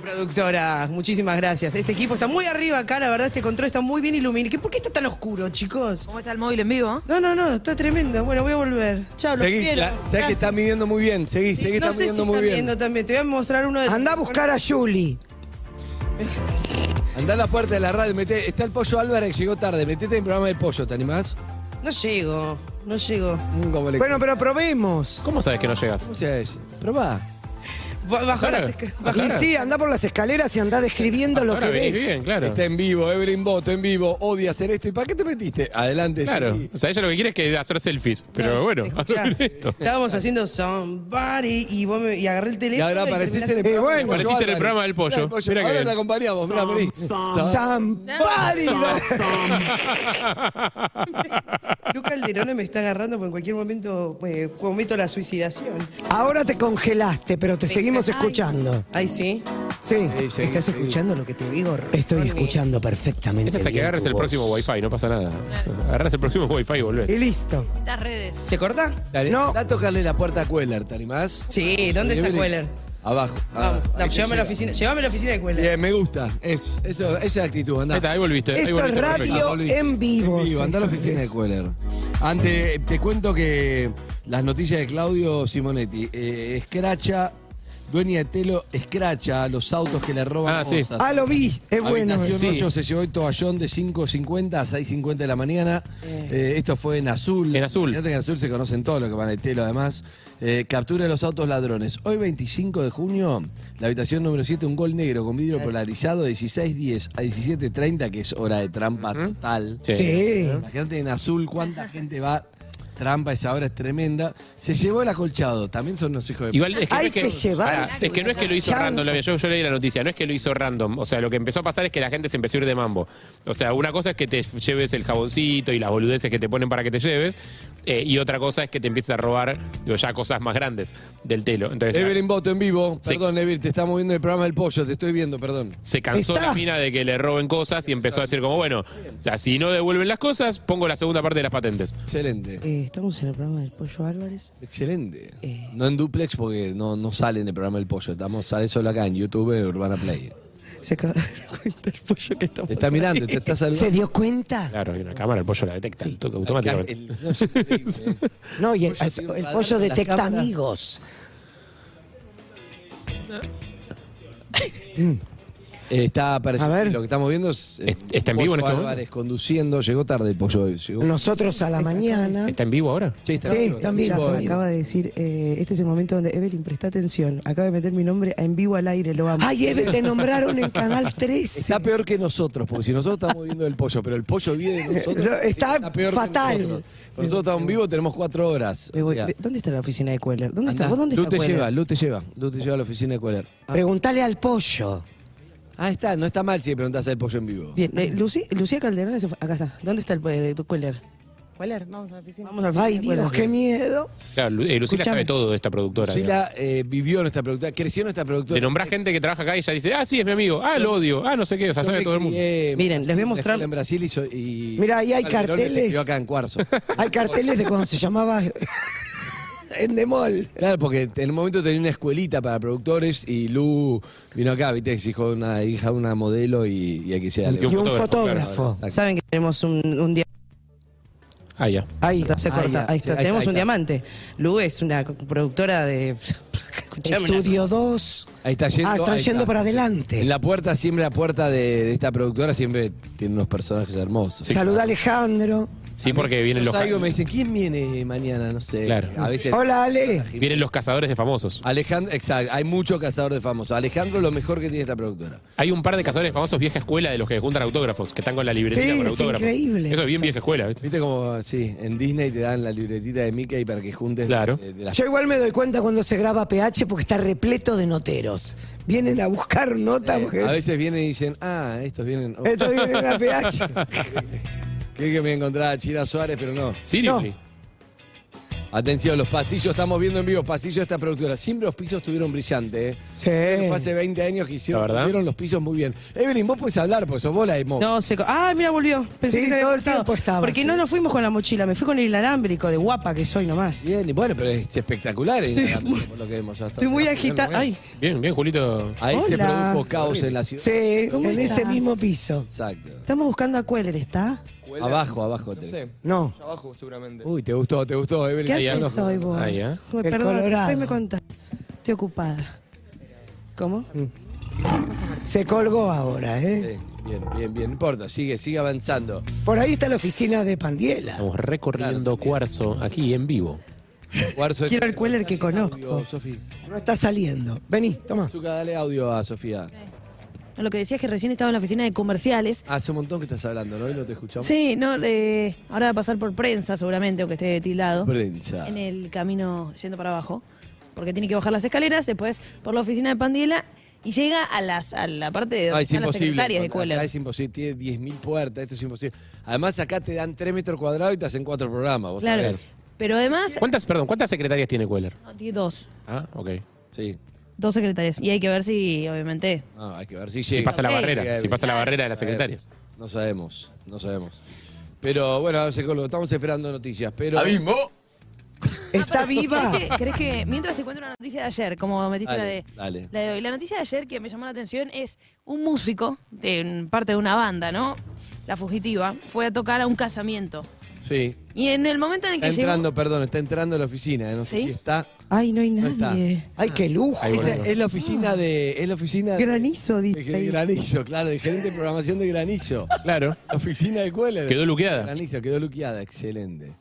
Speaker 5: productora. Muchísimas gracias. Este equipo está muy arriba acá, la verdad, este control está muy bien iluminado. ¿Qué- ¿Por qué está tan oscuro, chicos? ¿Cómo está el móvil en vivo? No, no, no, está tremendo. Bueno, voy a volver. Chao, los
Speaker 3: Seguí,
Speaker 5: quiero.
Speaker 3: la- sabés que
Speaker 5: Gracias.
Speaker 3: está midiendo muy bien. Seguí, seguí,
Speaker 5: no
Speaker 3: está
Speaker 5: sé si
Speaker 3: midiendo
Speaker 5: está
Speaker 3: muy bien.
Speaker 5: viendo también. Te voy a mostrar uno de
Speaker 6: Anda a buscar a Julie.
Speaker 3: Andá a la puerta de la radio, meté, está el pollo Álvarez que llegó tarde, metete en el programa del pollo, ¿te animás? Mm,
Speaker 5: No llego, no llego.
Speaker 6: Bueno, pero probemos.
Speaker 7: ¿Cómo sabes que no llegas?
Speaker 3: ¿Cómo se Probá.
Speaker 5: Bajo
Speaker 7: Claro.
Speaker 5: las esca- bajo-
Speaker 6: Y sí, anda por las escaleras y anda describiendo lo que ves.
Speaker 3: Está en vivo, Evelyn Boto, en vivo, odia hacer esto. ¿Y para qué te metiste? Adelante,
Speaker 7: Claro.
Speaker 3: seguí.
Speaker 7: O sea, ella lo que quiere es que hacer selfies. Pero bueno,
Speaker 5: escuchá.
Speaker 7: hacer esto.
Speaker 5: Estábamos haciendo somebody y, vos me- y agarré el
Speaker 3: Y
Speaker 5: teléfono.
Speaker 3: ahora aparecés en el
Speaker 5: terminaste-
Speaker 3: programa. del pollo
Speaker 7: Apareciste en el
Speaker 3: Álvarez.
Speaker 7: programa del
Speaker 3: Mirá el
Speaker 7: pollo. Mirá qué
Speaker 3: Ahora
Speaker 7: bien.
Speaker 3: te acompañamos, mirá, vení.
Speaker 6: Somebody.
Speaker 5: Luca Calderone me está agarrando porque en cualquier momento pues, cometo la suicidación.
Speaker 6: Ahora te congelaste, pero te seguimos
Speaker 5: Ay.
Speaker 6: escuchando.
Speaker 5: Ay, sí.
Speaker 6: Sí.
Speaker 5: ¿Estás escuchando lo que te digo?
Speaker 6: Estoy escuchando perfectamente.
Speaker 7: Es hasta que
Speaker 6: bien
Speaker 7: agarres
Speaker 6: tu
Speaker 7: el
Speaker 6: voz.
Speaker 7: próximo wifi, no pasa nada. O sea, agarras el próximo wifi y volvés.
Speaker 6: Y listo.
Speaker 11: Las redes.
Speaker 5: ¿Se corta?
Speaker 3: Dale, Da a tocarle la puerta a Queller, ¿te animás?
Speaker 5: Sí, ¿dónde está
Speaker 3: Evelyn.
Speaker 5: Queller?
Speaker 3: Abajo.
Speaker 5: Vamos,
Speaker 3: Ah, ahí
Speaker 5: no,
Speaker 3: te
Speaker 5: llévame a
Speaker 3: llega.
Speaker 5: la oficina. Llévame a la oficina de Queller.
Speaker 3: Bien, me gusta. Es, eso, esa es la actitud, andá.
Speaker 7: Ahí está, ahí volviste. ahí
Speaker 6: Esto es
Speaker 7: volviste, perfecto.
Speaker 6: radio en vivo.
Speaker 3: En vivo, andá a la oficina de
Speaker 6: señores.
Speaker 3: Queller. Antes, te cuento que las noticias de Claudio Simonetti. Eh, escracha, dueña de Telo, escracha los autos que le roban
Speaker 7: Ah, sí.
Speaker 3: cosas.
Speaker 6: Ah, lo vi. Es bueno.
Speaker 3: Habitación
Speaker 6: eso.
Speaker 3: 8 se llevó el toallón de 5.50 a 6.50 de la mañana. Eh, esto fue en Azul. En Azul. en Azul se conocen todos los que van al telo, además. Eh, captura de los autos ladrones. Hoy, 25 de junio, la habitación número 7, un gol negro con vidrio polarizado de 16.10 a 17.30, que es hora de trampa total.
Speaker 6: Sí. Sí.
Speaker 3: La gente en Azul, ¿cuánta gente va? Trampa, esa hora es tremenda. Se llevó el acolchado. También son los hijos de...
Speaker 7: Igual es que,
Speaker 6: Hay
Speaker 7: no es que,
Speaker 6: que llevarse
Speaker 7: Pará, es que no es que lo hizo
Speaker 6: Chao.
Speaker 7: random, la- yo, yo leí la noticia, no es que lo hizo random. O sea, lo que empezó a pasar es que la gente se empezó a ir de mambo. O sea, una cosa es que te lleves el jaboncito y las boludeces que te ponen para que te lleves, eh, y otra cosa es que te empieces a robar digo, ya cosas más grandes del telo. Entonces,
Speaker 3: Evelyn Boto en vivo.
Speaker 7: Sí.
Speaker 3: Perdón, Evelyn, te estamos viendo el programa del pollo. Te estoy viendo, perdón.
Speaker 7: se cansó
Speaker 6: Está.
Speaker 7: la mina de que le roben cosas y empezó a decir como, bueno, o sea, si no devuelven las cosas, pongo la segunda parte de las patentes.
Speaker 3: Excelente.
Speaker 5: Eh, estamos en el programa del Pollo Álvarez.
Speaker 3: Excelente.
Speaker 6: Eh.
Speaker 3: No en duplex porque no, no sale en el programa El Pollo. Estamos, sale solo acá en YouTube en Urbana Play.
Speaker 5: Se acaba de dar cuenta el pollo que estamos
Speaker 3: Te está mirando,
Speaker 5: ahí.
Speaker 3: te está
Speaker 6: ¿Se
Speaker 3: saludando.
Speaker 6: dio cuenta?
Speaker 7: Claro, hay una cámara, el pollo la detecta el toque automáticamente.
Speaker 3: El- no, es increíble, eh.
Speaker 6: No, y el,
Speaker 3: Pollo tiene un
Speaker 6: el
Speaker 3: radar
Speaker 6: pollo
Speaker 3: en las
Speaker 6: detecta
Speaker 3: cámaras.
Speaker 6: amigos.
Speaker 3: Eh, está apareciendo.
Speaker 6: A ver.
Speaker 3: Lo que estamos viendo es. eh,
Speaker 7: ¿Est- está en vivo en
Speaker 3: Pollo
Speaker 7: este momento?
Speaker 3: Álvarez conduciendo. Llegó tarde el pollo. hoy, Llegó.
Speaker 6: Nosotros a la mañana.
Speaker 7: ¿Está en vivo ahora?
Speaker 3: Sí, está
Speaker 6: Sí,
Speaker 3: vivo,
Speaker 6: está en vivo.
Speaker 3: vivo.
Speaker 6: Ya
Speaker 3: eh.
Speaker 5: Acaba de decir, eh, este es el momento donde Evelyn presta atención. Acaba de meter mi nombre en vivo al aire, lo amo.
Speaker 6: Ay, Eve, te nombraron en Canal 13.
Speaker 3: Está peor que nosotros, porque si nosotros estamos viendo el pollo, pero el pollo vive de nosotros.
Speaker 6: Está
Speaker 3: que
Speaker 6: fatal.
Speaker 3: nosotros. Nosotros estamos en vivo, tenemos cuatro horas.
Speaker 5: Me
Speaker 3: o
Speaker 5: voy.
Speaker 3: sea,
Speaker 5: ¿Dónde está la oficina de Queller? ¿Dónde
Speaker 3: andá.
Speaker 5: está? ¿Vos dónde
Speaker 3: Lu
Speaker 5: está
Speaker 3: te
Speaker 5: Queller?
Speaker 3: lleva, Lu te lleva. Lu te lleva a la oficina de Queller.
Speaker 6: Preguntale al pollo.
Speaker 3: Ah, está, no está mal si le preguntás al pollo en vivo.
Speaker 5: Bien, eh, Lucí- Lucía Calderón, se fue- acá está. ¿Dónde está el eh, de tu Queller?
Speaker 11: Queller, vamos a la piscina.
Speaker 3: Ah,
Speaker 5: Vamos al
Speaker 6: Ay, Dios, qué miedo.
Speaker 7: Claro, Lu- eh, Lucila
Speaker 6: Escuchame.
Speaker 7: sabe todo de esta productora. digamos.
Speaker 3: Lucila eh, vivió nuestra productora, creció nuestra productora.
Speaker 7: Le nombrás gente que trabaja acá y ella dice, ah, sí, es mi amigo, ah, lo odio, ah, no sé qué, o sea,
Speaker 3: Yo
Speaker 7: sabe
Speaker 3: me
Speaker 7: todo el mundo.
Speaker 3: crié en
Speaker 5: Miren, les voy a
Speaker 3: Brasil,
Speaker 5: mostrar-
Speaker 3: En Brasil y so- y.
Speaker 6: Mira, ahí hay
Speaker 3: Calderón les
Speaker 6: carteles.
Speaker 3: escribió acá en Cuarzo.
Speaker 6: Hay carteles de cuando se llamaba Endemol.
Speaker 3: Claro, porque en un momento tenía una escuelita para productores y Lu vino acá, viste, hijo de una hija, de una modelo y, y aquí se
Speaker 6: Y un fotógrafo.
Speaker 5: Saben que tenemos un, un diamante.
Speaker 7: Ah, ya.
Speaker 6: Ahí
Speaker 5: Se
Speaker 3: Ah, ya,
Speaker 5: corta.
Speaker 3: sí,
Speaker 5: ahí está.
Speaker 3: ahí está,
Speaker 5: tenemos
Speaker 3: ahí
Speaker 5: un
Speaker 3: está.
Speaker 5: diamante. Lu es una co- productora de. Escuchame una
Speaker 6: Estudio 2.
Speaker 3: Ahí está yendo.
Speaker 6: Ah, están
Speaker 3: ahí está.
Speaker 6: yendo para adelante.
Speaker 3: En la puerta, siempre la puerta de, de esta productora siempre tiene unos personajes hermosos.
Speaker 6: Saluda a Alejandro.
Speaker 7: Sí, porque vienen
Speaker 3: Yo
Speaker 7: los, ca-
Speaker 3: salgo y me dicen, ¿quién viene mañana? No sé.
Speaker 7: Claro.
Speaker 3: A veces.
Speaker 6: Hola, Ale.
Speaker 7: vienen los cazadores de famosos.
Speaker 3: Alejandro, exacto, hay mucho cazador de famosos. Alejandro lo mejor que tiene esta productora.
Speaker 7: Hay un par de cazadores de famosos vieja escuela de los que juntan autógrafos, que están con la libretita
Speaker 6: Sí,
Speaker 7: con
Speaker 6: es
Speaker 7: autógrafos.
Speaker 6: increíble.
Speaker 7: Eso es bien vieja escuela, ¿viste?
Speaker 3: Viste como, sí, en Disney te dan la libretita de Mickey para que juntes eh,
Speaker 7: Claro.
Speaker 3: de, de las-
Speaker 6: Yo igual me doy cuenta cuando se graba PH porque está repleto de noteros. Vienen a buscar nota. porque-
Speaker 3: Eh, A veces vienen y dicen, ah, estos vienen. oh,
Speaker 6: Estos vienen a PH.
Speaker 3: Creí que me encontraba a Chira Suárez, pero no.
Speaker 7: Seriously.
Speaker 3: Atención, los pasillos, estamos viendo en vivo, pasillos de esta productora. Siempre los pisos estuvieron brillantes. ¿eh?
Speaker 6: Sí.
Speaker 3: Fue hace 20 años que hicieron,
Speaker 7: La verdad.
Speaker 3: tuvieron los pisos muy bien. Evelyn, vos podés hablar, porque sos vos la de Mo.
Speaker 5: No, se... co- Ah, mira, volvió. Pensé
Speaker 6: Sí,
Speaker 5: que se había
Speaker 6: todo el
Speaker 5: cortado.
Speaker 6: tiempo estaba,
Speaker 5: Porque
Speaker 6: sí.
Speaker 5: no nos fuimos con la mochila, me fui con el inalámbrico, de guapa que soy nomás.
Speaker 3: Bien, y bueno, pero es espectacular el Instagram, por lo que vemos. Ya está.
Speaker 5: Estoy muy
Speaker 3: Está
Speaker 5: agitada. Ay,
Speaker 7: Bien, bien, Julito.
Speaker 3: Ahí se
Speaker 5: Hola.
Speaker 3: produjo caos en la ciudad.
Speaker 6: Sí,
Speaker 5: ¿Cómo
Speaker 6: en ese
Speaker 5: estás?
Speaker 6: mismo piso.
Speaker 3: Exacto.
Speaker 5: estamos buscando a Queller, ¿está?
Speaker 3: Abajo, abajo. te-
Speaker 6: No.
Speaker 13: Abajo, seguramente.
Speaker 3: Uy, te gustó, te gustó, Evelyn.
Speaker 5: ¿Qué
Speaker 3: Ahí
Speaker 5: haces
Speaker 3: ando.
Speaker 5: hoy vos?
Speaker 3: Ahí, ¿eh?
Speaker 5: Me
Speaker 6: El
Speaker 5: perdón,
Speaker 6: Colorado.
Speaker 5: después me contás. Estoy ocupada. ¿Cómo?
Speaker 6: Mm. Se colgó ahora, ¿eh?
Speaker 3: Sí, Bien, bien, bien, no importa, sigue, sigue avanzando.
Speaker 6: Por ahí está la oficina de Pandiela.
Speaker 7: Estamos recorriendo cuarzo aquí en vivo.
Speaker 3: Guarzo,
Speaker 5: Quiero al Queller que conozco.
Speaker 3: audio, Sofía.
Speaker 6: No está saliendo. Vení, toma.
Speaker 3: Zucca, dale audio a Sofía.
Speaker 4: Lo que decía es que recién estaba en la oficina de comerciales.
Speaker 3: Hace un montón que estás hablando, ¿no? Y no te escuchamos.
Speaker 4: Sí, no, eh, ahora va a pasar por prensa seguramente, aunque esté tildado.
Speaker 3: Prensa.
Speaker 4: En el camino yendo para abajo. Porque tiene que bajar las escaleras, después por la oficina de Pandiela y llega a, las, a la parte de
Speaker 3: No,
Speaker 4: donde
Speaker 3: Ah, es
Speaker 4: están las
Speaker 3: imposible.
Speaker 4: secretarias de Cueller.
Speaker 3: Acá es imposible, tiene 10.000 puertas, esto es imposible. Además, acá te dan 3 metros cuadrados y te hacen 4 programas, vos
Speaker 4: Claro.
Speaker 3: sabés.
Speaker 4: Pero además,
Speaker 7: ¿Cuántas, perdón, cuántas secretarias tiene Queller?
Speaker 4: no, tiene dos.
Speaker 7: Ah, ok.
Speaker 3: Sí.
Speaker 4: Dos secretarias. Y hay que ver si, obviamente.
Speaker 3: No, hay que ver si llega.
Speaker 7: Si pasa la
Speaker 4: Ok.
Speaker 7: barrera, si
Speaker 6: Ah,
Speaker 7: pasa la barrera de las secretarias.
Speaker 3: No sabemos, no sabemos. Pero bueno, ahora se colgó. Estamos esperando noticias, pero...
Speaker 4: Ah,
Speaker 6: ¿Está viva?
Speaker 4: ¿Crees que, crees que- mientras te cuento una noticia de ayer, como metiste la
Speaker 3: Dale,
Speaker 4: de,
Speaker 3: dale.
Speaker 4: la de hoy, la noticia de ayer que me llamó la atención es un músico, de un- parte de una banda, ¿no? La fugitiva, fue a tocar a un casamiento.
Speaker 3: Sí.
Speaker 4: Y en el momento en el
Speaker 3: Está
Speaker 4: que llegó.
Speaker 3: entrando, perdón, está entrando a la oficina. eh, No sé
Speaker 4: ¿Sí?
Speaker 3: si está...
Speaker 5: Ay, no hay
Speaker 3: No está.
Speaker 5: nadie.
Speaker 6: Ay, qué lujo.
Speaker 7: Ahí
Speaker 3: Es,
Speaker 7: volvió.
Speaker 3: es la oficina de... Es la oficina de...
Speaker 5: Granizo,
Speaker 3: de- de
Speaker 5: dice.
Speaker 3: granizo, claro, de gerente de programación de granizo.
Speaker 7: Claro.
Speaker 3: La oficina de Queller.
Speaker 7: Quedó luqueada.
Speaker 3: Granizo, quedó luqueada, excelente.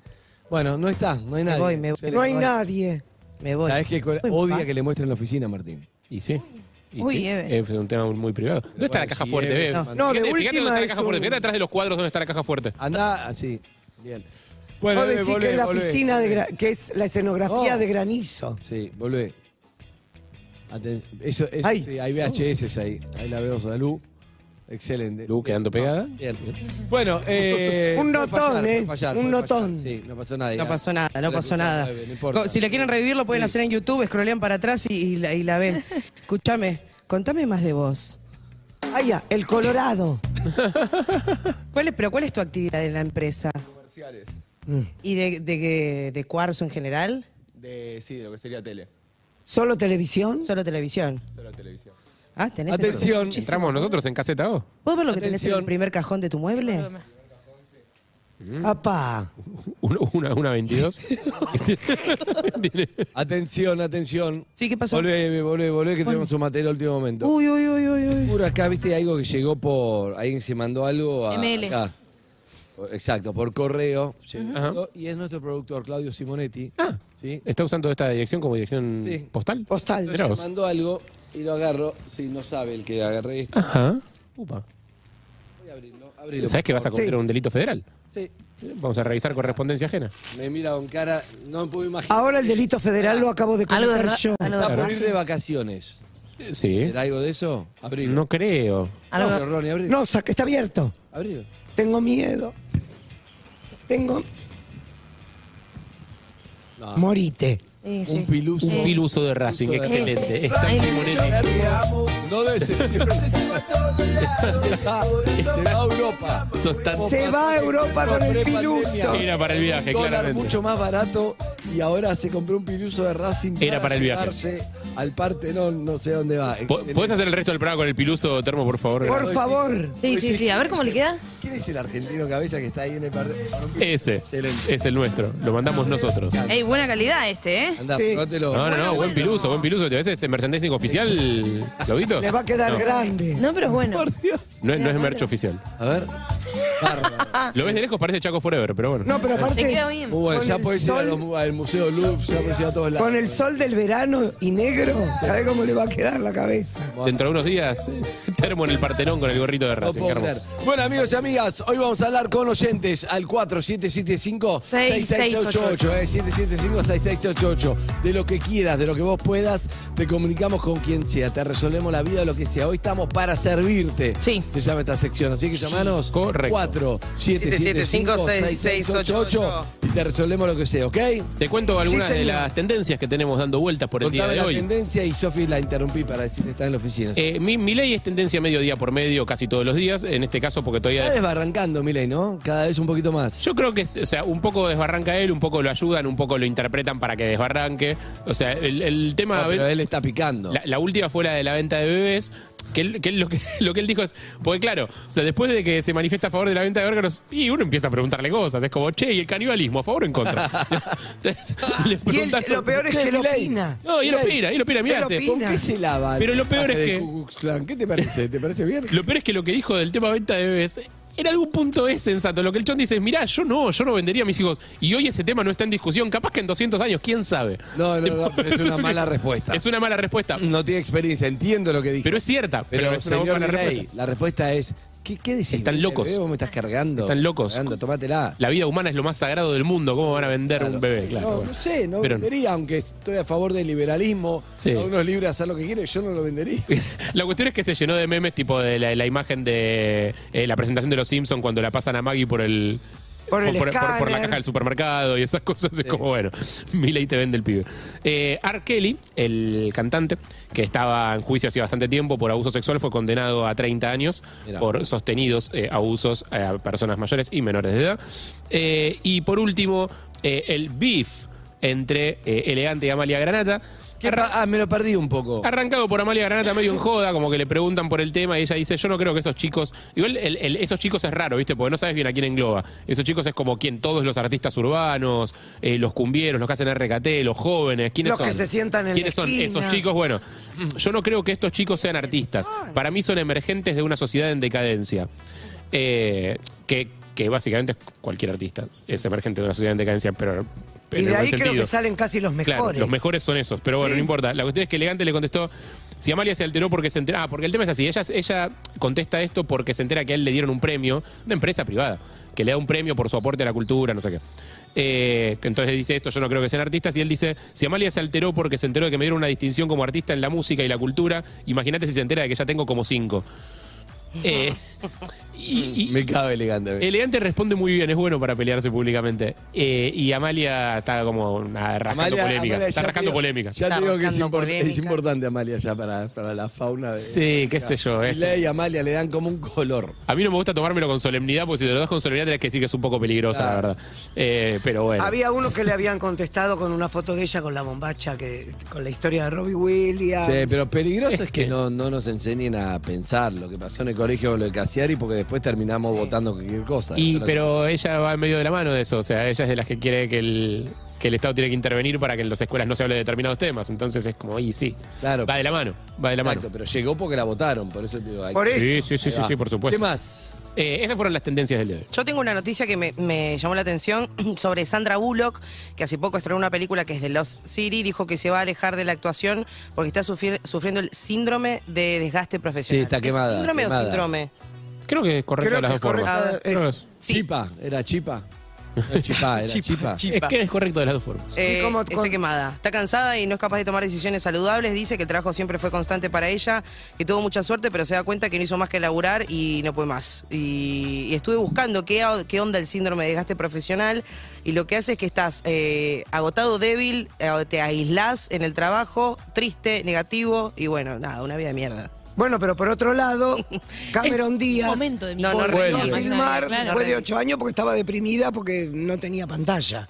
Speaker 3: Bueno, no está, no hay
Speaker 5: Me
Speaker 3: nadie.
Speaker 5: voy, me voy.
Speaker 3: Excelente.
Speaker 6: No hay nadie.
Speaker 5: Me voy.
Speaker 3: Sabés que Queller
Speaker 5: Voy en
Speaker 3: odia
Speaker 5: paz.
Speaker 3: que le muestren la oficina, Martín.
Speaker 7: Y sí. Y
Speaker 4: Uy,
Speaker 7: sí.
Speaker 4: Eve.
Speaker 7: Es un tema muy privado. ¿Dónde está la
Speaker 3: bueno,
Speaker 7: caja
Speaker 3: sí,
Speaker 7: fuerte?
Speaker 3: Eve,
Speaker 7: Ve?
Speaker 3: no.
Speaker 7: Fíjate-
Speaker 6: No, de
Speaker 7: fíjate,
Speaker 6: última
Speaker 7: dónde está la
Speaker 6: es
Speaker 7: caja fuerte.
Speaker 6: un-
Speaker 7: Fíjate atrás de los cuadros dónde está la caja fuerte.
Speaker 3: Andá así. Bien.
Speaker 6: Vos
Speaker 3: Eve,
Speaker 6: decís
Speaker 3: volvé,
Speaker 6: que es la
Speaker 3: volvé.
Speaker 6: oficina de gra- que es la escenografía
Speaker 3: Oh.
Speaker 6: de granizo.
Speaker 3: Sí, volvé. Aten- Eso, eso,
Speaker 6: Ay.
Speaker 3: sí, hay VHS ahí. Ahí la veo a Lu. Excelente.
Speaker 7: Lu quedando pegada.
Speaker 3: Bien. Bueno, eh,
Speaker 6: Un
Speaker 3: puede
Speaker 6: notón,
Speaker 3: fallar,
Speaker 6: ¿eh?
Speaker 3: puede fallar,
Speaker 6: Un
Speaker 3: puede fallar.
Speaker 6: notón.
Speaker 3: Sí, no pasó nada.
Speaker 5: No
Speaker 3: ya.
Speaker 5: pasó nada, no
Speaker 3: La
Speaker 5: pasó
Speaker 3: escuchamos,
Speaker 5: nada.
Speaker 3: Eve, no importa.
Speaker 5: Co- Si la quieren revivir, lo pueden hacer en YouTube, scrollean para atrás y, y la, y la ven. Escúchame, contame más de vos.
Speaker 6: Ay, ya, el Colorado.
Speaker 5: ¿Cuál es, pero ¿cuál es tu actividad en la empresa?
Speaker 13: Comerciales.
Speaker 5: ¿Y de, de, qué- de cuarzo en general?
Speaker 13: De, sí, de lo que sería tele.
Speaker 6: ¿Solo televisión?
Speaker 5: Solo televisión.
Speaker 13: Solo televisión.
Speaker 5: Ah, tenés
Speaker 3: Atención.
Speaker 7: Entramos nosotros en caseta O.
Speaker 5: ¿Puedo ver lo que tenés en el
Speaker 3: Atención.
Speaker 5: primer cajón de tu mueble?
Speaker 3: Mm.
Speaker 6: Apá.
Speaker 7: Una, una, una 22. Tiene-
Speaker 3: Atención, atención.
Speaker 5: Sí, ¿qué pasó?
Speaker 3: Volvé, Eve, volvé, volvé, que tenemos un material al último momento.
Speaker 5: Uy, uy, uy, uy, uy.
Speaker 3: Seguro acá, viste, algo que llegó por. Alguien se mandó algo a.
Speaker 4: ML.
Speaker 3: acá. Por- Exacto, por correo. Llegó Y es nuestro productor, Claudio Simonetti. Ah. ¿Sí?
Speaker 7: ¿Está usando esta dirección como dirección
Speaker 3: Sí.
Speaker 7: postal?
Speaker 6: Postal.
Speaker 7: Mirá
Speaker 3: Me
Speaker 7: vos.
Speaker 3: mandó algo y lo agarro. Si no sabe el que agarré esto.
Speaker 7: Ajá. Upa.
Speaker 3: Voy a abrirlo. abrilo,
Speaker 7: ¿Sabes que
Speaker 3: por
Speaker 7: vas a
Speaker 3: favor.
Speaker 7: cometer un delito federal?
Speaker 3: Sí.
Speaker 7: Vamos a revisar correspondencia ajena.
Speaker 3: Me mira con cara. No me puedo imaginar.
Speaker 6: Ahora el delito federal lo acabo de
Speaker 4: Algo de
Speaker 6: cometer
Speaker 4: ra-
Speaker 6: yo.
Speaker 4: algo de
Speaker 3: Está por
Speaker 4: ra-
Speaker 3: ir de vacaciones.
Speaker 7: Sí.
Speaker 3: ¿Era algo de eso? Abrilo.
Speaker 7: No creo.
Speaker 3: No, pero Ronnie, abrilo.
Speaker 6: No, saca, está abierto.
Speaker 3: Abrilo.
Speaker 6: Tengo miedo. Tengo.
Speaker 3: No.
Speaker 6: Morite.
Speaker 4: Sí, sí.
Speaker 3: Un piluso.
Speaker 7: Un vil uso de Racing,
Speaker 3: Uso de
Speaker 7: excelente.
Speaker 4: Racing. Ahí.
Speaker 7: Está Simonetti.
Speaker 3: No decepciones. Se va a Europa.
Speaker 7: Sos tan-
Speaker 6: Se va a Europa con el piluso.
Speaker 7: Era para el viaje,
Speaker 3: Dólar
Speaker 7: claramente.
Speaker 3: mucho más barato y ahora se compró un piluso de Racing
Speaker 7: Era para el viaje.
Speaker 3: llevarse al Partenón, no sé dónde va.
Speaker 7: Po- ¿Podés hacer el resto del programa con el piluso termo, por favor?
Speaker 6: Por favor.
Speaker 4: Sí, sí, sí. A ver cómo le queda.
Speaker 3: ¿Quién es el argentino cabeza que está ahí en el Partenón?
Speaker 7: Ese
Speaker 3: Excelente.
Speaker 7: es el nuestro. Lo mandamos nosotros.
Speaker 4: Ey, buena calidad este, ¿eh?
Speaker 3: Anda,
Speaker 6: Sí.
Speaker 3: pegátelo.
Speaker 7: No, no, no, buen piluso, buen piluso. ¿Te ves ese merchandising oficial, Claudito?
Speaker 6: Le va a quedar grande.
Speaker 4: No, pero es bueno.
Speaker 7: No, es- no es merch oficial.
Speaker 3: A ver. Bárbaro.
Speaker 7: Lo ves de lejos, parece Chaco Forever, pero bueno.
Speaker 6: No, pero
Speaker 4: Te queda
Speaker 6: aparte,
Speaker 4: bien.
Speaker 3: Muy bueno,
Speaker 6: Con
Speaker 3: ya
Speaker 6: el
Speaker 3: podés ir a
Speaker 6: sol.
Speaker 3: los- al Museo Louvre, ya podés ir a todos lados.
Speaker 6: con el sol del verano y negro, ¿sabe cómo le va a quedar la cabeza?
Speaker 7: Dentro de unos días, eh, termo en el Partenón con el gorrito de
Speaker 3: No
Speaker 7: Racing. Qué
Speaker 3: puedo
Speaker 7: hermoso.
Speaker 3: creer. Bueno, amigos y amigas, hoy vamos a hablar con oyentes al 4775-6688. Eh, 775-6688. De lo que quieras, de lo que vos puedas, te comunicamos con quien sea, te resolvemos la vida, lo que sea. Hoy estamos para servirte.
Speaker 4: Sí.
Speaker 3: Se llama esta sección. Así que llamanos
Speaker 7: correcto.
Speaker 3: 4775-6688. Te resolvemos lo que sea, ¿ok?
Speaker 7: Te cuento algunas
Speaker 3: Sí,
Speaker 7: de
Speaker 3: señor.
Speaker 7: las tendencias que tenemos dando vueltas por el
Speaker 3: Contame
Speaker 7: día
Speaker 3: la
Speaker 7: de hoy.
Speaker 3: tendencia y Sofi la interrumpí para decir que está en la oficina.
Speaker 7: Eh, mi, mi ley es tendencia medio día por medio, casi todos los días. En este caso, porque todavía.
Speaker 3: Está desbarrancando, Milei, ¿no? Cada vez un poquito más.
Speaker 7: Yo creo que, es- o sea, un poco desbarranca él, un poco lo ayudan, un poco lo interpretan para que desbarranque. O sea, el, el tema.
Speaker 3: No, pero él está picando.
Speaker 7: La, la última fue la de la venta de bebés. Que, él- que él- lo que lo que él dijo es, porque claro, o sea, después de que se manifiesta a favor de la venta de órganos, y uno empieza a preguntarle cosas, es como, che, ¿y el canibalismo a favor o en contra? Entonces, le preguntas-
Speaker 6: lo peor es
Speaker 7: Che,
Speaker 6: que él
Speaker 7: Milei.
Speaker 6: opina.
Speaker 7: No, y él
Speaker 6: Milei.
Speaker 7: opina, y él opina, mirá,
Speaker 6: Él
Speaker 7: hace-
Speaker 6: opina.
Speaker 7: ¿con
Speaker 3: ¿Qué se lava?
Speaker 7: Pero lo peor
Speaker 3: Hace
Speaker 7: es
Speaker 3: de
Speaker 7: que-
Speaker 3: Ku Klux Klan. ¿Qué te parece? ¿Te parece bien?
Speaker 7: Lo peor es que lo que dijo del tema venta de bebés, en algún punto es sensato. Lo que el chon dice es, mirá, yo no, yo no vendería a mis hijos. Y hoy ese tema no está en discusión. Capaz que en 200 años, quién sabe.
Speaker 3: No, no, no, pero es una mala respuesta.
Speaker 7: Es una mala respuesta.
Speaker 3: No tiene experiencia, entiendo lo que dije.
Speaker 7: Pero es cierta, pero,
Speaker 3: Pero,
Speaker 7: es una
Speaker 3: señor
Speaker 7: mala
Speaker 3: Milei,
Speaker 7: respuesta.
Speaker 3: la respuesta es, ¿qué, qué decís?
Speaker 7: Están locos.
Speaker 3: Veo, me estás cargando.
Speaker 7: Están locos.
Speaker 3: Cargando, tómatela.
Speaker 7: La vida humana es lo más sagrado del mundo. ¿Cómo van a vender un bebé? Claro.
Speaker 3: No,
Speaker 7: bueno.
Speaker 3: no sé, no
Speaker 7: Pero-
Speaker 3: vendería, aunque estoy a favor del liberalismo.
Speaker 7: Sí.
Speaker 3: Cada uno es libre de hacer lo que quiere, yo no lo vendería.
Speaker 7: La cuestión es que se llenó de memes, tipo de la, la imagen de eh, la presentación de los Simpsons cuando la pasan a Maggie por el.
Speaker 6: Por el
Speaker 7: por la
Speaker 6: escáner.
Speaker 7: caja del supermercado y esas cosas. Es como, bueno, Miley te vende el pibe. Eh, R. Kelly, el cantante, que estaba en juicio hace bastante tiempo por abuso sexual, fue condenado a 30 años
Speaker 3: Mirá.
Speaker 7: por sostenidos eh, abusos a personas mayores y menores de edad. Eh, y por último, eh, el beef entre eh, Elegante y Amalia Granata.
Speaker 3: ¿Qué pa- ah, me lo perdí un poco.
Speaker 7: Arrancado por Amalia Granata medio en joda, como que le preguntan por el tema y ella dice, yo no creo que esos chicos, igual el- el- esos chicos es raro, ¿viste? Porque no sabes bien a quién engloba. Esos chicos es como quien, todos los artistas urbanos, eh, los cumbieros, los que hacen RKT, los jóvenes, ¿quiénes
Speaker 6: Los
Speaker 7: son?
Speaker 6: que se sientan en la
Speaker 7: ¿Quiénes son
Speaker 6: esquina.
Speaker 7: esos chicos? Bueno, yo no creo que estos chicos sean artistas. Para mí son emergentes de una sociedad en decadencia. Eh, que, que básicamente es cualquier artista es emergente de una sociedad en decadencia, pero...
Speaker 6: Y
Speaker 7: en
Speaker 6: de
Speaker 7: el buen
Speaker 6: ahí creo
Speaker 7: sentido.
Speaker 6: que salen casi los mejores.
Speaker 7: Claro, los mejores son esos, pero bueno,
Speaker 6: Sí.
Speaker 7: no importa. La cuestión es que Elegante le contestó, si Amalia se alteró porque se entera, ah, porque el tema es así, ella, ella contesta esto porque se entera que a él le dieron un premio, una empresa privada, que le da un premio por su aporte a la cultura, no sé qué. Eh, que entonces dice esto, yo no creo que sean artistas, y él dice, si Amalia se alteró porque se enteró de que me dieron una distinción como artista en la música y la cultura, imagínate si se entera de que ya tengo como cinco. Eh, y- y-
Speaker 3: Me cabe elegante.
Speaker 7: Elegante responde muy bien, es bueno para pelearse públicamente. Eh, y Amalia está como ah, rascando
Speaker 3: Amalia-
Speaker 7: polémicas.
Speaker 3: Amalia,
Speaker 7: está
Speaker 3: ya
Speaker 7: rascando
Speaker 3: te digo-
Speaker 7: polémicas.
Speaker 3: Ya te digo que es,
Speaker 14: rascando
Speaker 3: impor-
Speaker 14: polémica.
Speaker 3: es importante Amalia ya para, para la fauna de.
Speaker 7: Sí, qué sé yo, eso.
Speaker 3: Milei y Amalia le dan como un color.
Speaker 7: A mí no me gusta tomármelo con solemnidad, porque si te lo das con solemnidad tenés que decir que es un poco peligrosa, la verdad. Eh, pero bueno.
Speaker 6: Había uno que le habían contestado con una foto de ella con la bombacha, que, con la historia de Robbie Williams.
Speaker 3: Sí, pero peligroso es que no, no nos enseñen a pensar lo que pasó en el colegio con lo de Casiari, porque después terminamos votando cualquier cosa.
Speaker 7: Y,
Speaker 3: Ahora-
Speaker 7: pero ella va en medio de la mano de eso. O sea, ella es de las que quiere que el, que el Estado tiene que intervenir para que en las escuelas no se hable de determinados temas. Entonces es como, y sí.
Speaker 3: Claro.
Speaker 7: Va de la mano, va de la
Speaker 3: Exacto,
Speaker 7: mano.
Speaker 3: pero llegó porque la votaron, por eso te digo. hay-
Speaker 7: Sí, sí, sí,
Speaker 3: Ahí
Speaker 7: sí,
Speaker 3: va.
Speaker 7: sí, por supuesto.
Speaker 3: ¿Qué más?
Speaker 7: Eh, esas fueron las tendencias del día de hoy.
Speaker 14: Yo tengo una noticia que me, me llamó la atención sobre Sandra Bullock, que hace poco estrenó una película que es de Los City, dijo que se va a alejar de la actuación porque está sufri- sufriendo el síndrome de desgaste profesional.
Speaker 3: Sí, está
Speaker 14: ¿Es
Speaker 3: quemada,
Speaker 14: ¿Síndrome
Speaker 3: quemada.
Speaker 14: o síndrome?
Speaker 7: Creo que es correcto
Speaker 14: Creo
Speaker 7: las
Speaker 14: que
Speaker 7: dos
Speaker 14: es correcta,
Speaker 7: formas.
Speaker 14: es-
Speaker 3: Ah,
Speaker 7: Creo que es-
Speaker 3: Chipa, era chipa. No, chipa, era
Speaker 7: Chipa,
Speaker 3: chipa.
Speaker 7: Es que es correcto de las dos formas.
Speaker 14: Eh, está quemada. Está cansada y no es capaz de tomar decisiones saludables. Dice que el trabajo siempre fue constante para ella, que tuvo mucha suerte, pero se da cuenta que no hizo más que laburar y no puede más. Y, y estuve buscando qué, o- qué onda el síndrome de desgaste profesional. Y lo que hace es que estás eh, agotado, débil, eh, te aislás en el trabajo, triste, negativo y bueno, nada, una vida de mierda.
Speaker 6: Bueno, pero por otro lado, Cameron Díaz
Speaker 14: momento de mi No, no
Speaker 6: volvió
Speaker 14: reí,
Speaker 6: a
Speaker 14: no reí,
Speaker 6: filmar
Speaker 14: claro.
Speaker 6: después de
Speaker 14: No reí.
Speaker 6: ocho años porque estaba deprimida porque no tenía pantalla.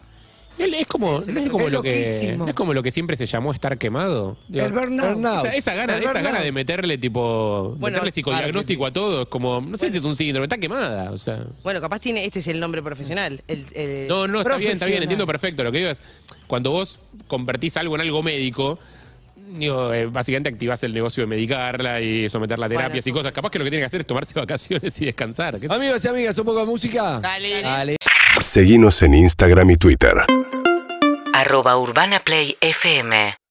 Speaker 7: Él es como, no es como
Speaker 6: es
Speaker 7: lo que,
Speaker 6: loquísimo.
Speaker 7: no es como lo que siempre se llamó estar quemado. Digo,
Speaker 6: El burnout.
Speaker 7: Esa, esa gana,
Speaker 6: El
Speaker 7: esa
Speaker 6: burnout.
Speaker 7: gana de meterle tipo,
Speaker 14: Bueno,
Speaker 7: meterle psicodiagnóstico a todo, es como, no sé si es un síndrome, está quemada, o sea.
Speaker 14: Bueno, capaz tiene, este es el nombre profesional. El, el-
Speaker 7: No, no, está bien, está bien, entiendo perfecto. Lo que digo es, cuando vos convertís algo en algo médico, digo, eh, básicamente activás el negocio de medicarla y someterla a
Speaker 14: Bueno,
Speaker 7: terapias y cosas. Capaz que lo que tiene que hacer es tomarse vacaciones y descansar. qué sé yo.
Speaker 3: Amigos y amigas, un poco de música. Dale. Dale.
Speaker 15: Seguinos en Instagram y Twitter.
Speaker 16: Arroba Urbana Play FM